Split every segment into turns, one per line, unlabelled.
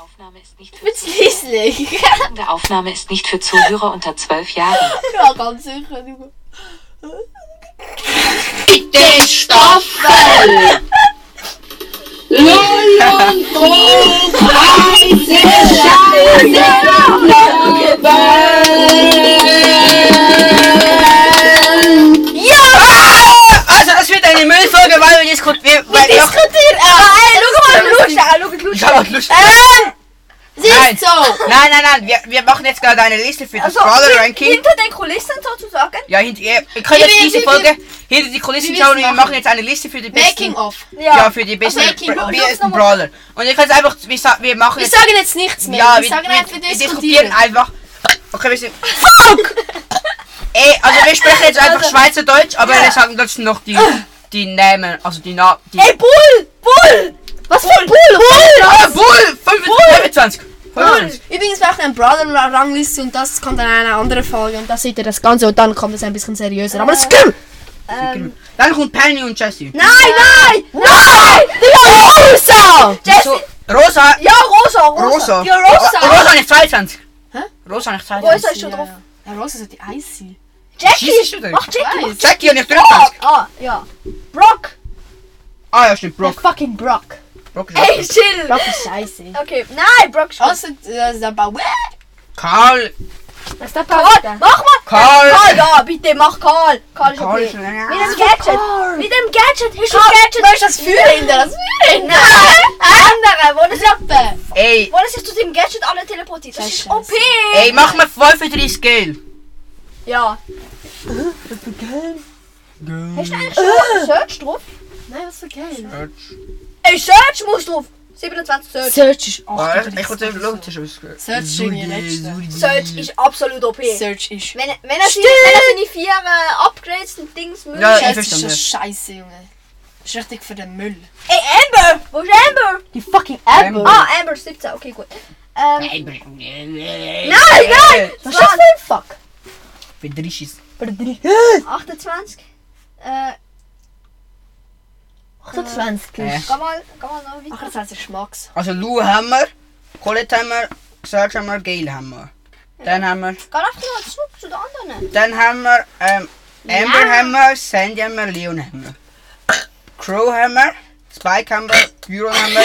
Aufnahme ist nicht für
Beslisselijk.
folgende Aufnahme ist nicht für Zuhörer unter zwölf Jahren.
Ja, ganz sicher. du-
den Stoffel! Lollen, Heiße Scheiße, Löwen!
Ja!
Also das wird eine Müllfolge, weil wir diskutieren. Wir,
Wir
weil wir auch,
diskutieren. Aber ey, schau mal, Lutsche. ah, Lutsche,
ich
Lutsche.
hab auch Lust.
Ähm,
Nein.
siehst so.
Nein, nein, nein, wir, wir machen jetzt gerade Hm. eine Liste für das
Also,
Brawler
hin-
Ranking.
hinter den Kulissen sozusagen.
Ja, hinter, ihr, ihr könnt
Wir-
jetzt diese
wir-
Folge hinter die Kulissen
wir
schauen und
müssen
wir
machen.
machen jetzt eine Liste für die besten.
Making of.
Ja, für die besten
Making of.
Bra-
Ich hab's
besten
noch mal-
Brawler. Und ihr könnt einfach, wir, sa- wir machen
Wir
jetzt.
sagen jetzt nichts mehr.
Ja,
wir
wir,
sagen einfach,
wir,
wir
wir diskutieren
diskutieren.
einfach. Okay, wir sind. Fuck! Ey, also wir sprechen jetzt einfach
Also-
Schweizerdeutsch, aber
Ja.
wir sagen trotzdem noch die, die Namen, also die Na. Die
Ey, Bull! Bull! Was für ein Bull? Bull!
Ah,
Ähm,
Bull! 25! 25!
Übrigens, wir machen eine Brother-Rangliste und das kommt dann in einer anderen Folge und da seht ihr das Ganze und dann kommt es ein bisschen seriöser. Aber das kommt!
Dann kommt Penny und Jessie.
Nein, nein! Nein! Digga, Rosa!
So, Rosa.
Ja, Rosa, Rosa.
Rosa. Ah,
Ja, Rosa.
Rosa nicht 22.
Hä?
Rosa nicht
Rosa
22.
ist schon drauf.
Ja, Rosa sollte Eis sein.
Jesus,
Jackie.
oder?
Mach Jackie.
Weiß.
Jackie nicht
Ah,
23.
ah, ja. Brock.
Ah ja, stimmt.
Der
Brock.
fucking Brock.
Brock ist
Ey,
Ey.
chill.
Brock ist scheiße.
Okay, nein, Brock schon.
Außer, äh, der Bau.
Karl.
Was ist der
Karl, mach mal.
Karl.
Karl, ja, bitte, mach Karl. Karl ist
Karl ist
okay. Mit
schon.
dem Gadget. Mit dem Gadget. Ist das Gadget.
Weißt du, das Führer in der? Das Führer in
Nein, andere, wo das ja
der?
Ey.
wo das sich zu dem Gadget alle teleportiert. Das ist
Scheiße.
OP.
Ey, mach mal 35 Geld.
Ja. Hast du eigentlich
Äh.
Search- Äh, Search drauf?
Nein, was für geil.
Ey, Search muss drauf. 27 Search.
Search ist
Ich wollte eben schauen, das ist was.
Search ist irgendwie letzte.
Search ist absolut OP. Wenn,
Search ist.
wenn, er, wenn er seine vier äh, Upgrades und Dings möglich
Ja, Äh, ich
Search ist
verstehe.
schon scheiße, Junge. Ist richtig für den Müll.
Ey, Amber! Wo ist Amber?
Die fucking
Amber.
Ah, Amber ist 17. Okay, gut. Ähm,
Nein,
nein, nein!
Was ist das für ein Fuck?
Bedrischis.
28. Äh,
Eh,
28.
komm mal, komm mal noch weiter.
28 ist Max.
Also Lou haben wir, Colette haben wir, Search haben wir, Gail haben wir. Dann haben wir,
Geh einfach mal zurück zu den anderen.
dann haben wir, ähm, Amber haben wir, Sandy haben wir, Leon haben wir. Crow haben wir, Spike haben wir, Byron haben wir,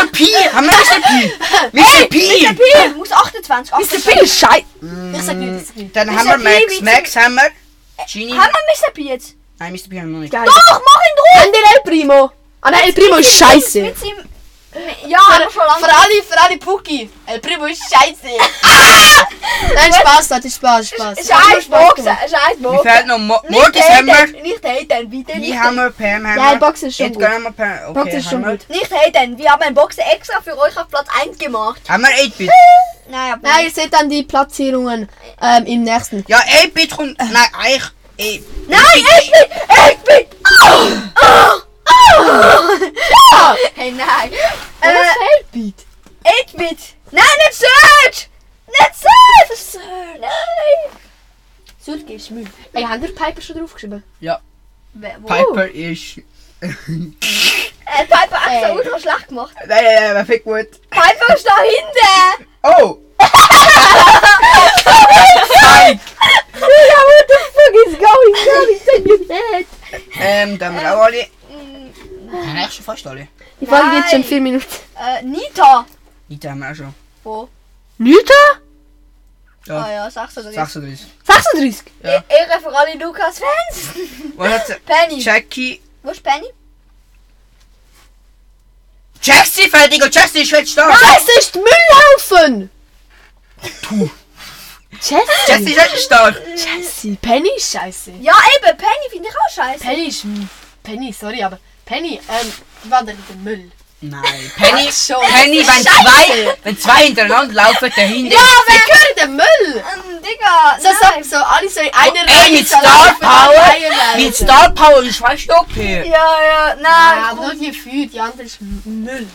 Mr. P! Haben wir Mr. P! Mr. P!
Mr. P muss 28. 28.
P ist scheiße. Ich sag nicht, ich sag nicht.
Dann haben
Mr.
wir
P,
Max,
bitte.
Max haben wir, Genie. Ah,
Haben wir Mr. P jetzt?
Nein, Mr. P haben wir noch nicht.
Geil.
Doch, mach ihn drauf!
Kennt ihr El Primo? Ah nein, El Primo ist scheiße.
Mit seinem, ja, aber
Für,
schon lange.
für alle, für alle Pucki. El Primo ist scheiße. Ah! Nein, Spaß, Leute, Spaß, Spaß.
Scheiß Boxen, scheiß
Mir
Boxen.
fehlt noch Mo- Mortis haben wir,
Nicht haten, bitte.
Lee
Nicht,
haben wir, Pam haben wir.
Ja, Box ist schon gut.
Edgar haben wir, Pam. Okay,
Box ist schon
haben wir.
gut.
nicht haten. Wir haben einen Boxen extra für euch auf Platz 1 gemacht.
Haben wir 8-Bit?
Nein, aber
Nein, ihr seht dann die Platzierungen ähm, im nächsten.
Ja, 8-Bit kommt, nein, eigentlich, 8
Nein, ich bin, ich bin. Ah, eh, ah, ah. Hey, nein. Äh,
Feldbeat.
8-Bit. Nein, nicht Search. Nicht Search. Search. Nein.
Surge ist Müll. Ey, haben wir Piper schon draufgeschrieben?
Wer- Wo?
Piper ist.
Äh, Piper hat
Ey.
so ultra schlecht gemacht.
Nein, nein, nein, war viel gut.
Piper ist da hinten.
Oh!
Yeah, what the fuck is going on? It's in your head.
Ähm, da haben wir auch alle. Nein, eigentlich schon fast alle.
Die Folge geht schon
Nein.
4 Minuten.
Äh, Nita.
Die haben wir auch schon.
Wo?
Nüter?
Ja.
Ah ja, sagst du das jetzt.
36.
36.
Ja.
Ehre für alle Lukas-Fans.
Was hat
Penny.
Jackie?
Wo ist Penny?
Jesse, fertig! Und Jesse ist jetzt stark!
Das Ah, ist Müllhaufen!
Jesse
Jesse.
ist jetzt stark!
Jesse. Penny ist scheiße.
Ja, eben, Penny finde ich auch scheiße.
Penny ist. Penny, sorry, aber. Penny, ähm, die wandert in den Müll.
Nein, Penny,
Ach so.
Penny, wenn zwei, wenn zwei hintereinander laufen, dahinter.
wir gehören den Müll!
Ähm, Digga,
So, so, so, alle so in einer
Ey, mit Star Power! Mit Star Power ist weißt du okay.
Ja, ja,
Ja,
nein,
aber nur die vier, die andere ist Müll.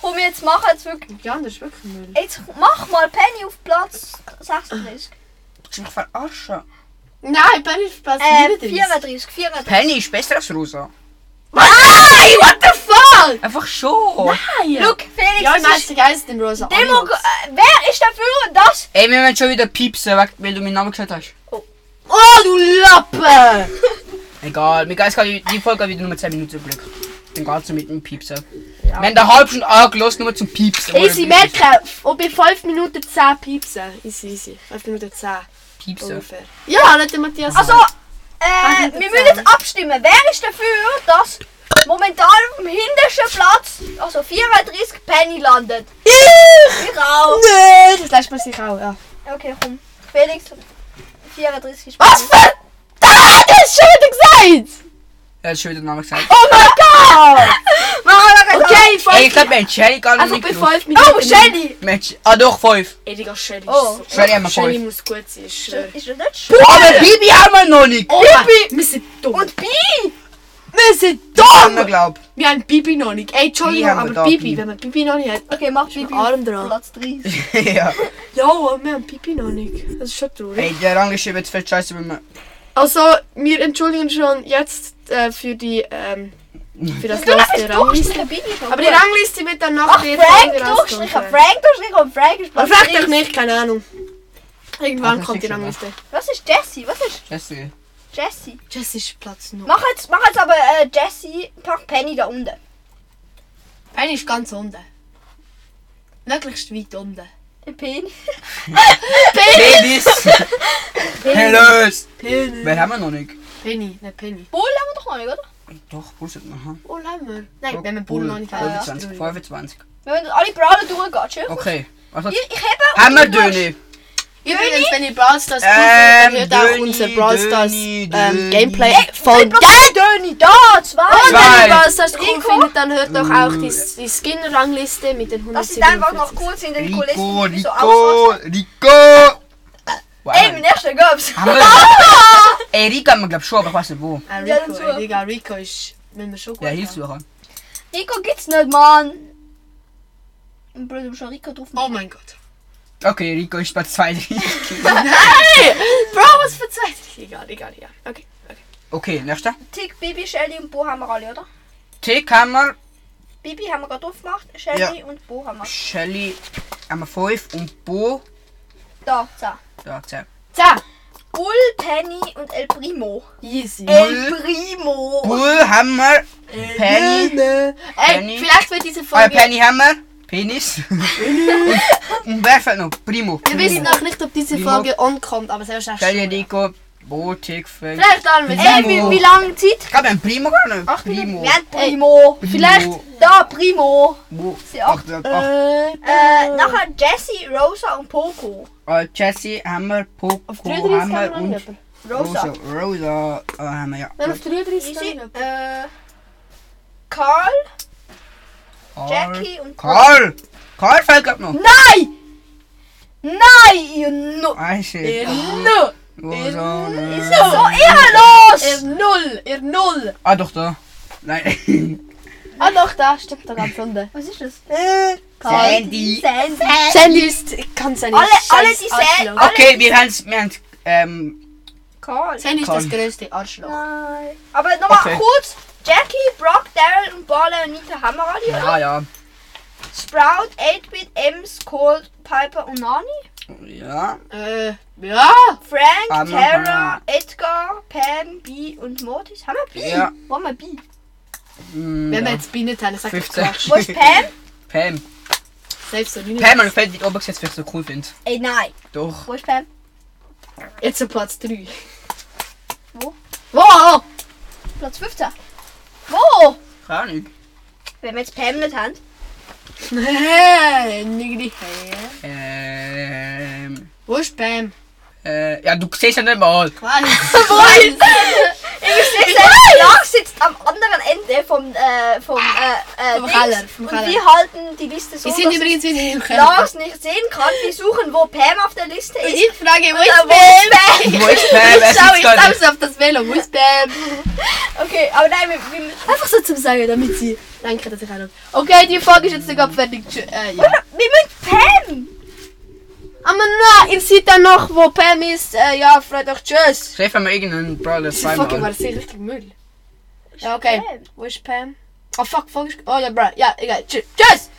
komm, jetzt mach jetzt wirklich.
Die andere ist wirklich Müll.
Jetzt mach mal Penny auf Platz 36.
Kannst du mich verarschen?
Nein, Penny ist Platz
Äh,
34.
34, 34.
Penny ist besser als Rosa.
Nein, what the fuck? Karl!
Einfach schon.
Nein!
Look, Felix,
Ja, ich
das
weiß,
ist
der Geist in Rosa.
Demo
Animals.
äh, wer ist dafür, dass...
Ey, wir werden schon wieder piepsen, weil weil du meinen Namen gesagt hast.
Oh, du Lappen!
Egal, mir geht's gerade, die Folge hat wieder nur 10 Minuten zum Glück. Dann geht's so mit dem Piepsen. Wir haben eine halbe Stunde angelost, nur zum Piepsen.
Easy, merken, ob in 5 Minuten 10 piepsen. Easy, easy. 5 Minuten 10
Piepsen.
ungefähr. Ja, nicht der Matthias.
Also, äh,
Warte,
wir
jetzt
müssen
sagen.
jetzt abstimmen. Wer ist dafür, dass momentan auf dem hintersten Platz, also 34, Penny landet? Ich! Ich auch.
Nö, das lässt man sich auch, ja.
Okay, komm. Felix, 34 ist
Was
Penny.
für... Ah, das ist schon wieder gesagt!
Er hat schon wieder den Namen gesagt.
Oh mein Gott! Okay,
also, Ey, ich
voll...
glaube, wir haben Shelly gar nicht
Also bei
mitgenommen.
5 Minuten...
Oh, Shelly!
Wir haben- Ah, doch, 5.
Ey, Digga, Shelly ist
Oh.
so...
Shelly haben wir
Shelly
5.
muss gut sein, ist schön.
Ist das nicht schön?
Aber Bibi haben wir noch nicht.
Oh, Bibi! Wir sind dumm.
Und Bi!
wir sind
Haben wir,
dumm!
glaub.
Wir haben Bibi noch nicht. Ey, Entschuldigung,
Wir haben
aber
da
Bibi,
Bibi.
wenn man Bibi noch nicht hat...
Okay, mach Bibi auf
Arm dran.
Platz 30.
ja.
Ja, aber wir haben Bibi noch nicht. Das ist schon traurig.
Ey, der Rang ist eben jetzt fett scheiße, wenn wir...
Also, wir entschuldigen schon jetzt äh, für die, ähm, für das
Du darfst
letzte Rangliste.
durchstreichen, Bibi. ist noch
Aber die
gut.
Rangliste wird dann
Ach,
nach der
Frank
Folge
durchstrichen,
rauskommen.
Frank durchstrichen und Frank ist
Aber
Platz
fragt euch
30.
nicht, keine Ahnung. Irgendwann
Ach,
kommt die
Ah, das ist
Rangliste.
Was ist Jessie? Was ist
Scheiße.
Jessie?
Jess ist Platz 0.
Mach jetzt, mach jetzt aber äh, Jessie, pack Penny da unten.
Penny ist ganz unten. Möglichst weit unten.
Penny.
Babys! Hello!
Penny.
Wer haben wir noch nicht?
Penny, nicht Penny.
Bull haben wir doch noch nicht, oder?
Doch, Bull sollte man haben.
Bull haben wir.
Oh,
Nein, wenn wir Bull noch nicht haben.
25, 25.
Wir müssen alle Brawler durchgehen, tschüss.
Okay. Was hat's?
Ich, ich hebe... und
Haben wir
du machst-
Döni?
Übrigens, wenn ihr Brawl Stars
Ähm,
guckt, dann hört auch
Döni,
unser Brawl Stars
Döni,
ähm,
Döni.
Gameplay
Ey,
von
Platz Döni, da, zwei.
Und
Zwei.
wenn ihr Brawl Stars cool
Rico?
findet, dann hört doch auch die, die Skin-Rangliste mit den
Das ist einfach noch
147.
kurz in den Kulissen.
Rico,
wie so
Rico,
aussah.
Rico! Wow.
Ey, mein erster Gobs.
Haben wir- Ey, Rico haben wir glaub schon, aber ich weiß nicht wo.
Ah,
Ja,
Rico,
dazu.
ey, Digga, Rico ist... Wenn wir schon gut
Ja,
haben.
Hilfssucher.
Rico gibt's nicht, Mann. Mein Bruder, du musst schon Rico drauf
Oh mein Gott.
Okay, Rico ist Platz 32.
Hey! Bro, was für Zeit? Egal, egal, egal. Okay, okay.
Okay, nächster.
Tick, Bibi, Shelly und Bo haben wir alle, oder?
Tick haben wir,
Bibi haben wir gerade aufgemacht, Shelly und Bo haben wir.
Shelly haben wir 5 und Bo.
Da, da.
Da, 10.
So,
Bull, Penny und El Primo.
easy.
El Primo.
Bull haben wir, Penny.
Ey,
Penny.
vielleicht wird diese
Ah,
Folge...
Penny haben wir, Penis. und, und wer fällt noch? Primo.
wir wissen noch nicht, ob diese
Primo.
Folge ankommt, aber sehr schnell.
Shelly, Rico, Bo, Tick, Fell. Ich
Vielleicht dann, wenn
Ey,
Primo.
wie, wie lange Zeit?
glaube, wir haben Primo gar nicht.
Acht Minuten.
Primo.
Wir haben Primo.
vielleicht-
Da, Primo.
Bo.
Sie
Ach, ach, ach.
Äh, nachher Jessie, Rosa und Poco.
Äh, Jesse haben wir, Poco
Auf 33 haben
haben
wir
wir
noch
und
jemanden.
Rosa.
Rosa. Rosa äh, haben wir, ja.
Nein, auf 33 haben wir
Easy.
jemanden.
Äh, Karl. Jackie und
Karl. Karl fällt gerade noch.
Nein! Nein, ihr No.
Ah, shit.
Null!
Rosa,
Ist
ne.
so
Ehrenlos!
Ihr Null! Ihr Null!
Ah, doch, da. Nein.
Ah doch, da stimmt doch ganz unten.
Was ist das? Äh,
Sandy.
Sandy.
Sandy ist ganz seine
Alle- alle
scheiß
die Sa-
Arschloch.
alle-
Okay, wir haben's, wir haben's, ähm,
Karl.
Sandy ist das
Komm.
größte Arschloch.
Nein. Aber nochmal
Okay.
kurz. Jackie, Brock, Daryl und Barley und Nita haben wir alle, oder?
ja, ja.
Sprout, 8-Bit, Ems, Cold, Piper und Nani.
Ja.
Äh, ja!
Frank,
Ah,
Tara,
Mama.
Edgar, Pam, B und Mortis. Haben wir B?
Ja.
Wo haben wir B?
Mm,
Wenn wir
ja.
jetzt Bienen teilen, sagt das
15.
Quatsch.
Wo ist Pam?
Pam.
Selbst so
Pam, mir gefällt die Obergesetz, vielleicht so cool finde.
Ey, nein.
Doch.
Wo ist Pam?
Jetzt so Platz 3.
Wo?
Wo?
Platz 15. Wo?
Keine Ahnung.
Wenn wir jetzt Pam nicht haben.
Hey, nigri, hey.
Ähm,
Wo ist Pam?
äh, ja, du siehst ja nicht mal.
Was?
Ich sitze, Clark sitzt am anderen Ende vom, äh, vom, äh, äh,
Vom
Dings.
Keller, vom
Und
Keller.
wir halten die Liste so,
Wir sind
dass
übrigens wieder im Keller.
Lars nicht sehen kann. Wir suchen, wo Pam auf der Liste
Und
ist.
ich frage, wo
Äh,
ist
wo
Pam?
ist
Wo ist Pam?
Ich
Es
schaue
ist
jetzt
gar nicht.
abends auf das Velo. Wo ist Pam?
Pam? Okay, aber nein, wir, wir,
Einfach so zum Sagen, damit sie denken, dass ich auch noch. Okay, die Folge ist jetzt sogar fertig. Tschö- Äh, ja.
wir müssen Pam.
Aber na, ihr seht dann noch, wo Pam ist. Äh, ja, freut euch. Tschüss.
Safe haben wir irgendeinen Brawler
Fucking war
zweimal.
das richtig Müll. Ja, okay.
Pam?
Wo ist Pam? Oh fuck, fuck. Oh ja, bro. Ja, egal. Tschü- Tschüss.